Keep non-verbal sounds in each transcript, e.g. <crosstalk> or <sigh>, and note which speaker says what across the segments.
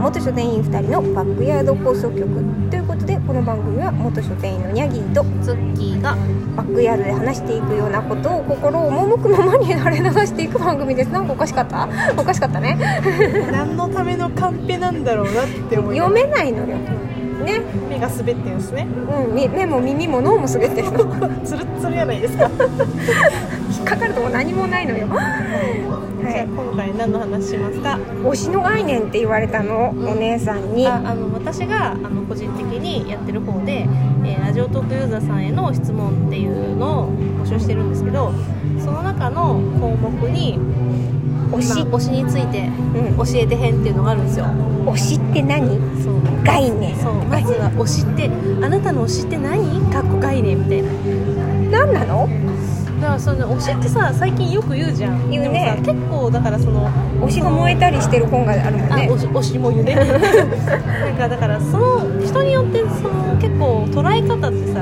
Speaker 1: 元書店員2人のバックヤード放送局ということでこの番組は元書店員のニャギーと
Speaker 2: ツッキーが
Speaker 1: バックヤードで話していくようなことを心赴くままに垂れ流していく番組ですなんかおかしかった
Speaker 2: <laughs>
Speaker 1: おかしかったね
Speaker 2: 何のためのカンペなんだろうなって思い
Speaker 1: 読めないのよね
Speaker 2: 目が滑ってんですね
Speaker 1: うん、み目も耳も脳も滑ってるの引
Speaker 2: つるつるやないですか、
Speaker 1: っかかるとこ何もないのよ
Speaker 2: じゃあ今回何の話しますか
Speaker 1: 推しの概念って言われたの、
Speaker 2: うん
Speaker 1: お姉さんに
Speaker 2: ああの私があの個人的にやってる方で、えーラジオトークユーザーさんへの質問っていうのを募集してるんですけどその中の項目に
Speaker 1: 推し、
Speaker 2: まあ推しについて
Speaker 1: うん、
Speaker 2: 教えて編っていうのがあるんですよ
Speaker 1: 推しって何
Speaker 2: そう
Speaker 1: 概念
Speaker 2: そうまずは推しってあなたの推しって何かっこ概念みたいな
Speaker 1: 何なの
Speaker 2: だからその推しってさ最近よく言うじゃん
Speaker 1: 言うね
Speaker 2: でもさ結構だからそのあ
Speaker 1: 推しが燃えたりしてる本があるもんね
Speaker 2: 推し推しも
Speaker 1: <laughs>
Speaker 2: 言うねなんかだからその人によってその結構捉え方ってさ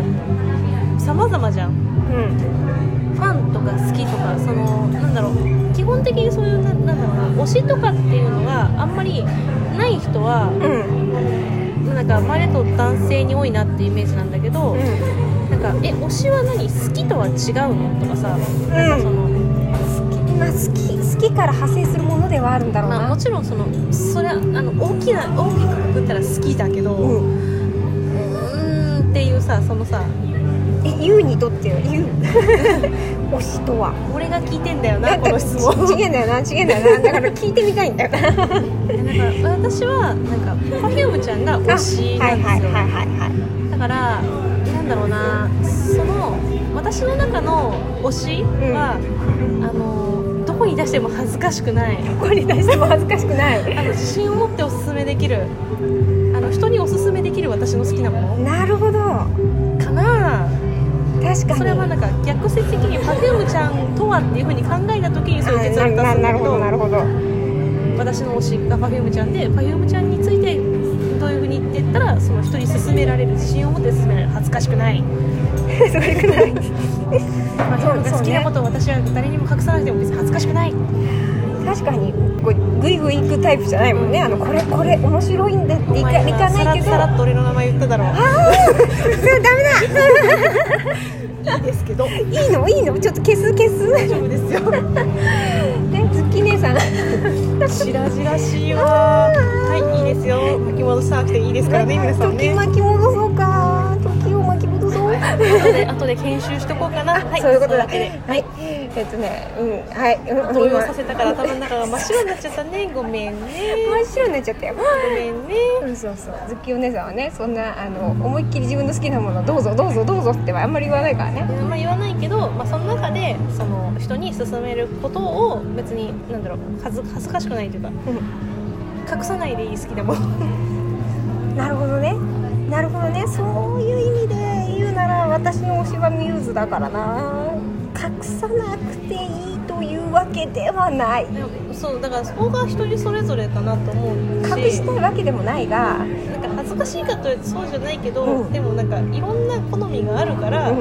Speaker 2: 様々じゃん
Speaker 1: うん
Speaker 2: ファンとか好きとかそのなんだろう基本的にそういうななんだろうな推しとかっていうのがあんまりない人は
Speaker 1: うん
Speaker 2: なんか生まれと男性に多いなっていうイメージなんだけど、
Speaker 1: う
Speaker 2: なんかえ推しは何好きとは違うのとかさ、なんかその
Speaker 1: んまあ好き好きから派生するものではあるんだろう
Speaker 2: まあ、
Speaker 1: な
Speaker 2: もちろんそのそれはあの大きな大きくくくったら好きだけど、う
Speaker 1: うん
Speaker 2: ーんっていうさそのさ
Speaker 1: えユウにとってよユウ <laughs> 推しとは
Speaker 2: 俺が聞いてんだよなこの質問
Speaker 1: ち違えんだよな違えんだよなだから聞いてみたいんだよなあ
Speaker 2: なんか私はなんか Perfume ちゃんが <laughs> 推し
Speaker 1: は
Speaker 2: ないんですよ、
Speaker 1: はいはいはいはい
Speaker 2: だからなんだろうなその私の中の推しは、あのどこに出しても恥ずかしくない
Speaker 1: これに対しても恥ずかしくない
Speaker 2: あの自信を持っておすすめできるあの人におすすめできる私の好きなもの
Speaker 1: なるほど
Speaker 2: かな
Speaker 1: 確かに
Speaker 2: それはなんか逆説的に Perfume ちゃんとはっていうふうに考えた時にそういう結
Speaker 1: あ
Speaker 2: 論
Speaker 1: な
Speaker 2: が出すん
Speaker 1: な
Speaker 2: だ
Speaker 1: る
Speaker 2: け
Speaker 1: ほど
Speaker 2: ど
Speaker 1: なるほど
Speaker 2: 私の推しが Perfume ちゃんで Perfume ちゃんについてどういうふうに言ってったらその人に勧められる自信を持って勧められる恥ずかしくない
Speaker 1: <laughs> それくらい
Speaker 2: Perfume が好きなことを私は誰にも隠さなくても別に恥ずかしくない
Speaker 1: 確かにこうグイグイ行くタイプじゃないもんね、あのこれこれ面白いんだっていかいかないけど
Speaker 2: さらさらっと俺の名前言っただろう
Speaker 1: <laughs>
Speaker 2: いいですけど大
Speaker 1: いいのいいのちょっと消す消すね
Speaker 2: 丈夫です
Speaker 1: <laughs>
Speaker 2: よ
Speaker 1: ズッキー姉さん
Speaker 2: しらじらしいわはいいいですよ巻き戻さなくていいですからね皆さんね
Speaker 1: 時巻き戻そうか時を巻き戻そう
Speaker 2: 後で <laughs> 後で研修しとこうかな、はい、
Speaker 1: そういうことだ
Speaker 2: そのわけで
Speaker 1: はいえっとねうんはいうん
Speaker 2: 動揺
Speaker 1: 今
Speaker 2: させたから頭の中が真っ白になっちゃったねごめんね
Speaker 1: 真っ白になっちゃったよ
Speaker 2: ごめんね
Speaker 1: うんそうそうズッキーお姉さんはねそんなあの思いっきり自分の好きなものどうぞどうぞどうぞってはあんまり言わないからね
Speaker 2: あんま言わないけど、まあ、その中でその人に勧めることを別になんだろう恥ず恥ずかしくないというか隠さないでいい好きなもの
Speaker 1: なるほどねなるほどねそういう意味で言うなら私の推しはミューズだからな隠さなくていいというわけではない
Speaker 2: でもそうだからそこが人にそれぞれかなと思うし
Speaker 1: 隠したいわけでもないが、
Speaker 2: なんか恥ずかしいかというとそうじゃないけど、
Speaker 1: うん
Speaker 2: でもなんかいろんな好みがあるから、
Speaker 1: うん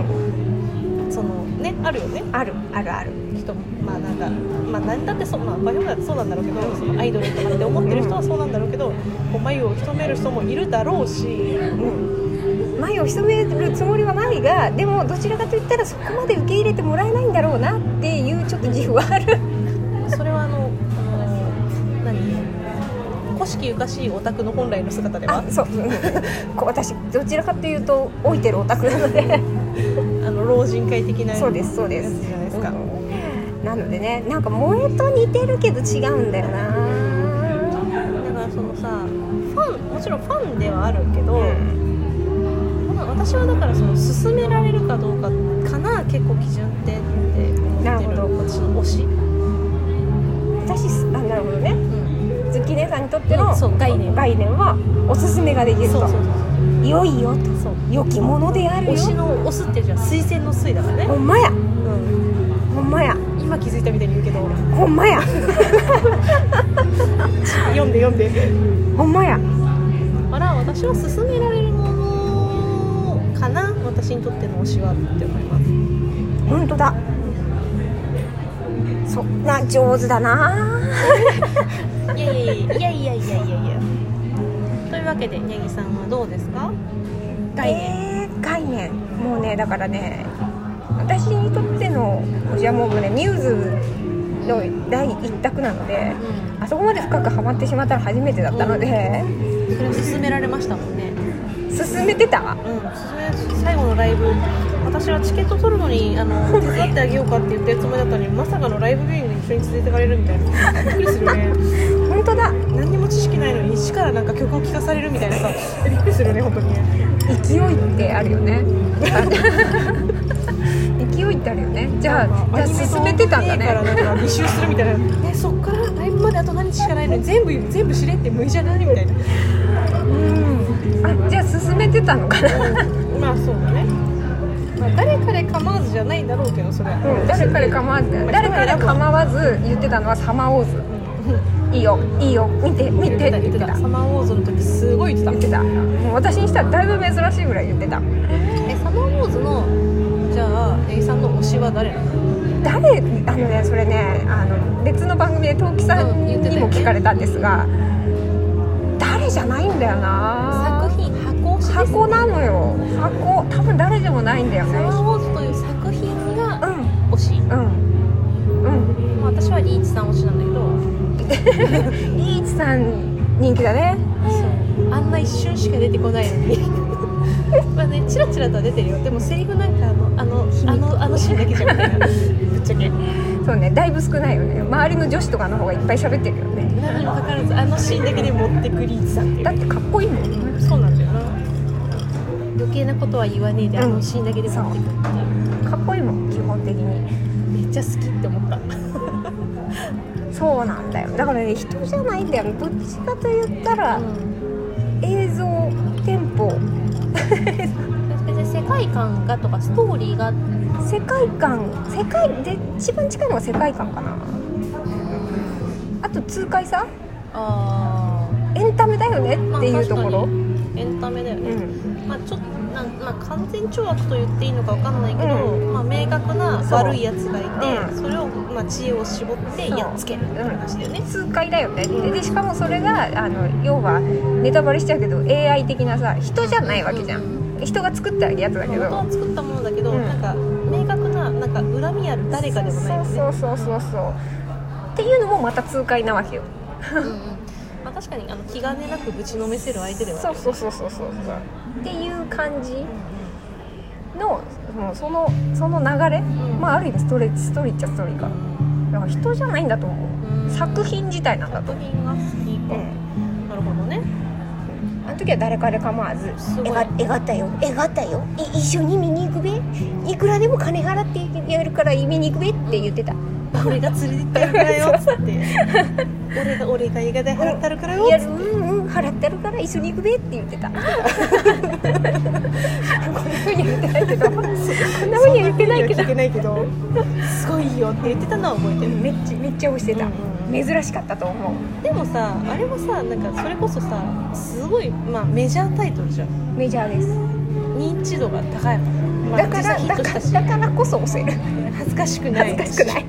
Speaker 2: そのねあるよね
Speaker 1: あるあるある
Speaker 2: 人まあなんかまあ何だってそうまあバイオだってそうなんだろうけどそのアイドルとかって思ってる人はそうなんだろうけどこう眉をひとめる人もいるだろうし
Speaker 1: うん眉を潜めるつもりはないがでもどちらかといったらそこまで受け入れてもらえないんだろうなっていうちょっと自負はある
Speaker 2: それはあのあの何古式ゆかしいオタクの本来の姿では
Speaker 1: あそう、うん、こう私どちらかというと老いてるオタクなので
Speaker 2: あの老人会的な
Speaker 1: そうですそうです
Speaker 2: やつじゃないですか、
Speaker 1: うんなのでねなんか萌えと似てるけど違うんだよな
Speaker 2: だからそのさファンもちろんファンではあるけど、まあ私はだからその勧められるかどうかかな結構基準点って思
Speaker 1: な
Speaker 2: っ
Speaker 1: る
Speaker 2: て
Speaker 1: ほ
Speaker 2: る
Speaker 1: ど
Speaker 2: 私の推し、
Speaker 1: 私あなるほどね
Speaker 2: うん、
Speaker 1: ズッキーネさんにとっての
Speaker 2: そう概念
Speaker 1: 概念はおすすめができる
Speaker 2: そう
Speaker 1: と
Speaker 2: そうそう
Speaker 1: 良いよと
Speaker 2: そう
Speaker 1: 良きものである
Speaker 2: 推
Speaker 1: よ
Speaker 2: しの推すってじゃあ推薦の推だからね
Speaker 1: ほ、んまや
Speaker 2: うん、
Speaker 1: ほんまや
Speaker 2: 今気づいたみたいに言うけど
Speaker 1: ほんまや
Speaker 2: 読んで読んで
Speaker 1: ほんまや
Speaker 2: あら私は勧められるものかな私にとっての推しはって思います
Speaker 1: 本当だそんな上手だない
Speaker 2: やいやいやいやいやいやいやいやというわけでネギさんはどうですか概
Speaker 1: え
Speaker 2: 念、
Speaker 1: ー概念もうねだからね私にとっての推しはもうねミューズの第一択なのであそこまで深くハマってしまったの初めてだったので
Speaker 2: うん、それを勧められましたもんね
Speaker 1: 進めてた
Speaker 2: うん、勧め最後のライブ私はチケット取るのにあの手伝ってあげようかって言ってるつもりだったのにまさかのライブビューイングに一緒に連れてかれるみたいなびっくりするね
Speaker 1: 本当だ
Speaker 2: 何にも知識ないのに一からなんか曲を聴かされるみたいなさびっくりするね本当に
Speaker 1: 勢いってあるよ
Speaker 2: <laughs>
Speaker 1: ね勢いってあるよねじゃあじゃあ進めてたんだ
Speaker 2: から
Speaker 1: ね
Speaker 2: なんか二周するみたいなえそっからライブまであと何日しかないのに全部全部知れって無理じゃないみたいな
Speaker 1: うんあじゃあ進めてたのかな
Speaker 2: まあそうだね、まあ、誰かで構わずじゃないだろうけどそれは、
Speaker 1: うん誰かで構わず
Speaker 2: ん
Speaker 1: 誰かで構わず言ってたのはサマーウォーズいいよいいよ見て見てって言
Speaker 2: 言
Speaker 1: っ
Speaker 2: ってて
Speaker 1: た
Speaker 2: たサマーウォーズの時すごい言ってた
Speaker 1: 言ってたもう私にしたらだいぶ珍しいぐらい言ってた
Speaker 2: えサマーウォーズのじゃあネギさんの推しは誰なの
Speaker 1: 誰あのねそれねあの別の番組で陶器さんにも聞かれたんですが誰じゃないんだよな
Speaker 2: 作品箱推しです
Speaker 1: 箱なのよ箱多分誰でもないんだよ
Speaker 2: サ
Speaker 1: ね
Speaker 2: マーウォーズという作品
Speaker 1: う
Speaker 2: が
Speaker 1: ん
Speaker 2: 推し、
Speaker 1: うん
Speaker 2: まあ、私はリーチさん推しなんだけど
Speaker 1: うんリーチさん人気だね
Speaker 2: そうあんな一瞬しか出てこないのに <laughs> まあねチラチラとは出てるよでもセリフなんかあのあのあのあのシーンだけじゃんみた
Speaker 1: <laughs>
Speaker 2: いなぶっちゃけ
Speaker 1: そうねだいぶ少ないよね周りの女子とかの方がいっぱい喋ってるよね
Speaker 2: なのにもかかわらずあのシーンだけで持ってくリーチさんってい
Speaker 1: だってかっこいいもん
Speaker 2: うそうなんだよな余計なことは言わねえであのシーンだけで持ってくっていう、
Speaker 1: かっこいいもん基本的に
Speaker 2: めっちゃ好きって思った
Speaker 1: そうなんだよだからね人じゃないんだよどっちかと言ったら映像テンポ
Speaker 2: 別に世界観がとかストーリーが
Speaker 1: 世界観世界で一番近いのは世界観かなあと痛快さ
Speaker 2: あ
Speaker 1: エンタメだよねっていうところ、
Speaker 2: エンタメだよね、
Speaker 1: うん
Speaker 2: まあちょっとなんまあ、完全懲悪と言っていいのかわかんないけど、
Speaker 1: う
Speaker 2: まあ、明確な
Speaker 1: そう
Speaker 2: 悪いやつがいて
Speaker 1: うん
Speaker 2: そ,、れを、まあ、知恵を絞ってやっつけるって話だよね、
Speaker 1: 痛快だよねででしかもそれがあの要はネタバレしちゃうけど AI 的なさ人じゃないわけじゃ
Speaker 2: うんん
Speaker 1: 人が作ったやつだけ
Speaker 2: 元
Speaker 1: ど
Speaker 2: は作ったものだけど、
Speaker 1: うん
Speaker 2: なんか明確ななんか恨みある誰かでもないよね
Speaker 1: そうそうそうそうそうっていうのもまた痛快なわけよ
Speaker 2: うんうんまあ、確かにあの気兼ねなくぶちのめせる相手ではあ
Speaker 1: そ
Speaker 2: る
Speaker 1: うそうそうそうそうっていう感じのもうそのその流れ、
Speaker 2: ん
Speaker 1: まあある意味ストレッチストーリーっちゃストーリーかだから人じゃないんだと思う
Speaker 2: うん
Speaker 1: 作品自体なんだと
Speaker 2: 作品が好きか、なるほどね
Speaker 1: あの時は誰かで構わず
Speaker 2: すごい
Speaker 1: えがえがったよえがったよい一緒に見に行くべいくらでも金払ってやるから見に行くべって言ってた
Speaker 2: 俺が連れて行ってやるからよっつって俺が俺が映画代払ったるからよ
Speaker 1: い
Speaker 2: っ
Speaker 1: や
Speaker 2: つっ
Speaker 1: うんうん払ってるから一緒に行くべって言ってた <laughs> こんなふうには言ってないけどこんなふうには言ってないけど
Speaker 2: 聞けないけどすごいよって言ってたのは覚えてる
Speaker 1: めっちゃめっちゃ押してた、
Speaker 2: うんうんうん
Speaker 1: 珍しかったと思う
Speaker 2: でもさあれはさなんかそれこそさすごい、まあ、メジャータイトルじゃん
Speaker 1: メジャーです、
Speaker 2: 認知度が高いもん、まあ
Speaker 1: だから
Speaker 2: 実際ヒ
Speaker 1: だ
Speaker 2: ット
Speaker 1: か
Speaker 2: した
Speaker 1: ら
Speaker 2: し
Speaker 1: だからこそ押せる
Speaker 2: 恥ずかしくな
Speaker 1: 恥
Speaker 2: い
Speaker 1: ずかしくない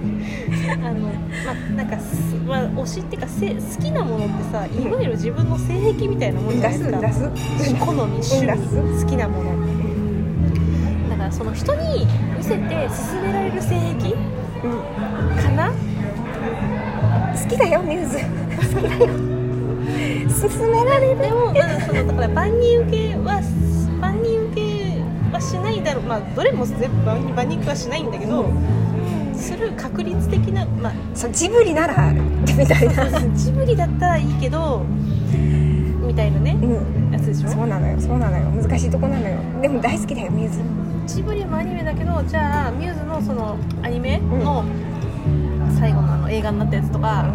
Speaker 2: あのまあなんかす、まあ、推しっていうかせ好きなものってさいわゆる自分の性癖みたいなもんじゃ
Speaker 1: 出
Speaker 2: ないですすか
Speaker 1: 出す
Speaker 2: 好み趣味
Speaker 1: 出す
Speaker 2: 好きなものだからその人に見せて勧められる性癖
Speaker 1: うん
Speaker 2: かな
Speaker 1: 好きだよミューズ好きだよ勧められる
Speaker 2: でも、まあ、そのだから万人受けは万人受けはしないだろうまあどれも全部万人万人受けはしないんだけど、する確率的なまあ
Speaker 1: そうジブリならあるみたいな
Speaker 2: ジブリだったらいいけどみたいなね
Speaker 1: うん
Speaker 2: やつでし
Speaker 1: そ
Speaker 2: ょ
Speaker 1: うなのよそうなのよ難しいとこなのよでも大好きだよミューズ
Speaker 2: ジブリもアニメだけどじゃあミューズのそのアニメの最後のあの映画になったやつとか、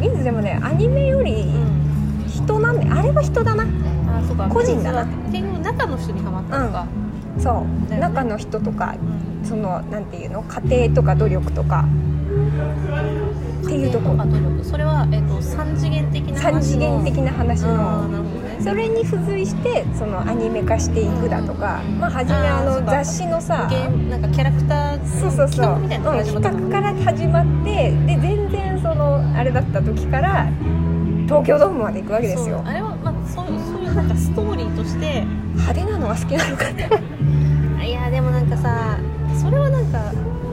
Speaker 1: ミューズでもねアニメより
Speaker 2: うん
Speaker 1: 人なんであれは人だな
Speaker 2: あそうか
Speaker 1: 個人だな
Speaker 2: 結局中の人にハマったとか、
Speaker 1: そう、
Speaker 2: だよね
Speaker 1: 中の人とか
Speaker 2: うん
Speaker 1: そのなんていうの家庭とか努力とかっていうとこ
Speaker 2: あ努力それは、えっと三次元的な話の
Speaker 1: 三次元的な話
Speaker 2: あー
Speaker 1: の
Speaker 2: なるほどね
Speaker 1: それに付随してそのアニメ化していくだとか、
Speaker 2: うん
Speaker 1: まあ初めあ
Speaker 2: あー
Speaker 1: の
Speaker 2: そうか
Speaker 1: 雑誌のさ
Speaker 2: ゲームなんかキャラクター
Speaker 1: そうそうそう、
Speaker 2: 企画
Speaker 1: うん
Speaker 2: みたいなのが始まったの
Speaker 1: 企画から始まってで全然そのあれだった時から東京ドームまで行くわけです
Speaker 2: そう
Speaker 1: よ
Speaker 2: あれは、まあ、そうそういうなんかストーリーとして
Speaker 1: 派手なのは好きなのかな
Speaker 2: いやでもなんかさそれはなんか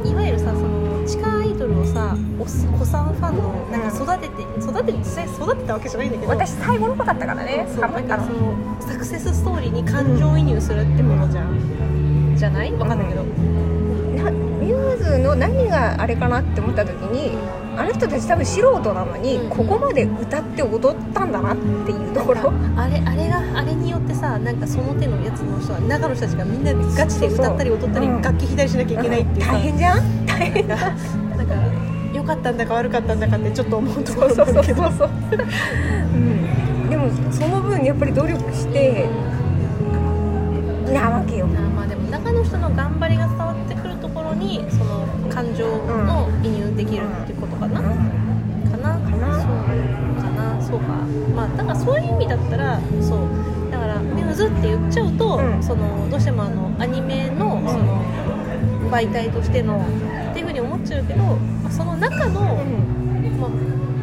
Speaker 2: いわゆるさその地下アイドルをさおすお産ファンのなんか育てて、育てて実際育てたわけじゃないんだけど
Speaker 1: 私最後の子だったからね
Speaker 2: そうな
Speaker 1: 頑張
Speaker 2: ん
Speaker 1: った
Speaker 2: かそ
Speaker 1: の
Speaker 2: のサクセスストーリーに感情移入するってことじゃん、じゃないわかんないけど、
Speaker 1: なミューズの何があれかなって思った時にあの人たち多分素人なのに、
Speaker 2: うん
Speaker 1: ここまで歌って踊ったんだなっていうところ
Speaker 2: あれあれがあれによってさなんかその手のやつの人は中の人たちがみんなガチで歌ったり踊ったり
Speaker 1: そうそううん
Speaker 2: 楽器左しなきゃいけないっていうさ
Speaker 1: 大変じゃ
Speaker 2: <laughs>
Speaker 1: ん大変だ
Speaker 2: なんか良かったんだか悪かったんだかってちょっと思うとこ
Speaker 1: そう
Speaker 2: ろ
Speaker 1: そう
Speaker 2: なん
Speaker 1: そ
Speaker 2: だ
Speaker 1: う
Speaker 2: けど
Speaker 1: そうそう、うん、でもその分やっぱり努力してなわけよ
Speaker 2: あーまあでも中の人の頑張りが伝わってくるところにその感情の移入できるっていうことかな、かなか
Speaker 1: な
Speaker 2: そうかなそうかまあだからそういう意味だったらそうだから「ミューズ」って言っちゃうと、
Speaker 1: うん
Speaker 2: そのどうしてもあのアニメのその媒体としてのっていうふうに思っちゃうけど、まあ、その中
Speaker 1: う
Speaker 2: の、ま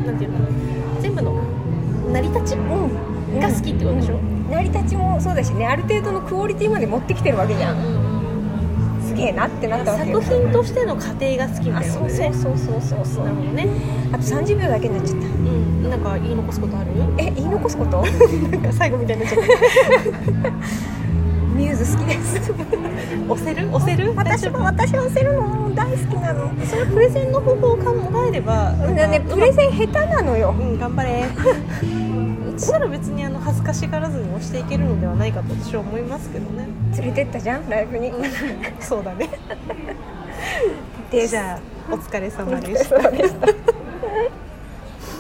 Speaker 2: あ、なんていうのかな全部の成り立ち
Speaker 1: ん、うん、
Speaker 2: が好きってことでしょ、
Speaker 1: うん成り立ちもそうだしねある程度のクオリティまで持ってきてるわけじゃんすげえなってなったわけ
Speaker 2: 作
Speaker 1: よ
Speaker 2: 品としての過程が好きみた
Speaker 1: あ
Speaker 2: いな
Speaker 1: そうそうそうそうそうそう
Speaker 2: なるほどね
Speaker 1: あと30秒だけになっちゃっ
Speaker 2: うんなんか言い残すことある
Speaker 1: たえ言い残すこと
Speaker 2: なんか最後みたいになっちゃっ
Speaker 1: ミューズ好きです
Speaker 2: た <laughs> 押せる押せる
Speaker 1: 私も私はせるのもう大好きなの
Speaker 2: それプレゼンの方法を考えれば
Speaker 1: だからねプレゼン下手なのよ
Speaker 2: うん頑張れ
Speaker 1: <laughs>
Speaker 2: うちなら別にあの恥ずかしがらずに押していけるのではないかと私は思いますけどね
Speaker 1: 連れてったじゃんライブに
Speaker 2: そうだね
Speaker 1: で
Speaker 2: <laughs> じゃあお疲れ様
Speaker 1: お疲
Speaker 2: で
Speaker 1: れ
Speaker 2: した
Speaker 1: 様でした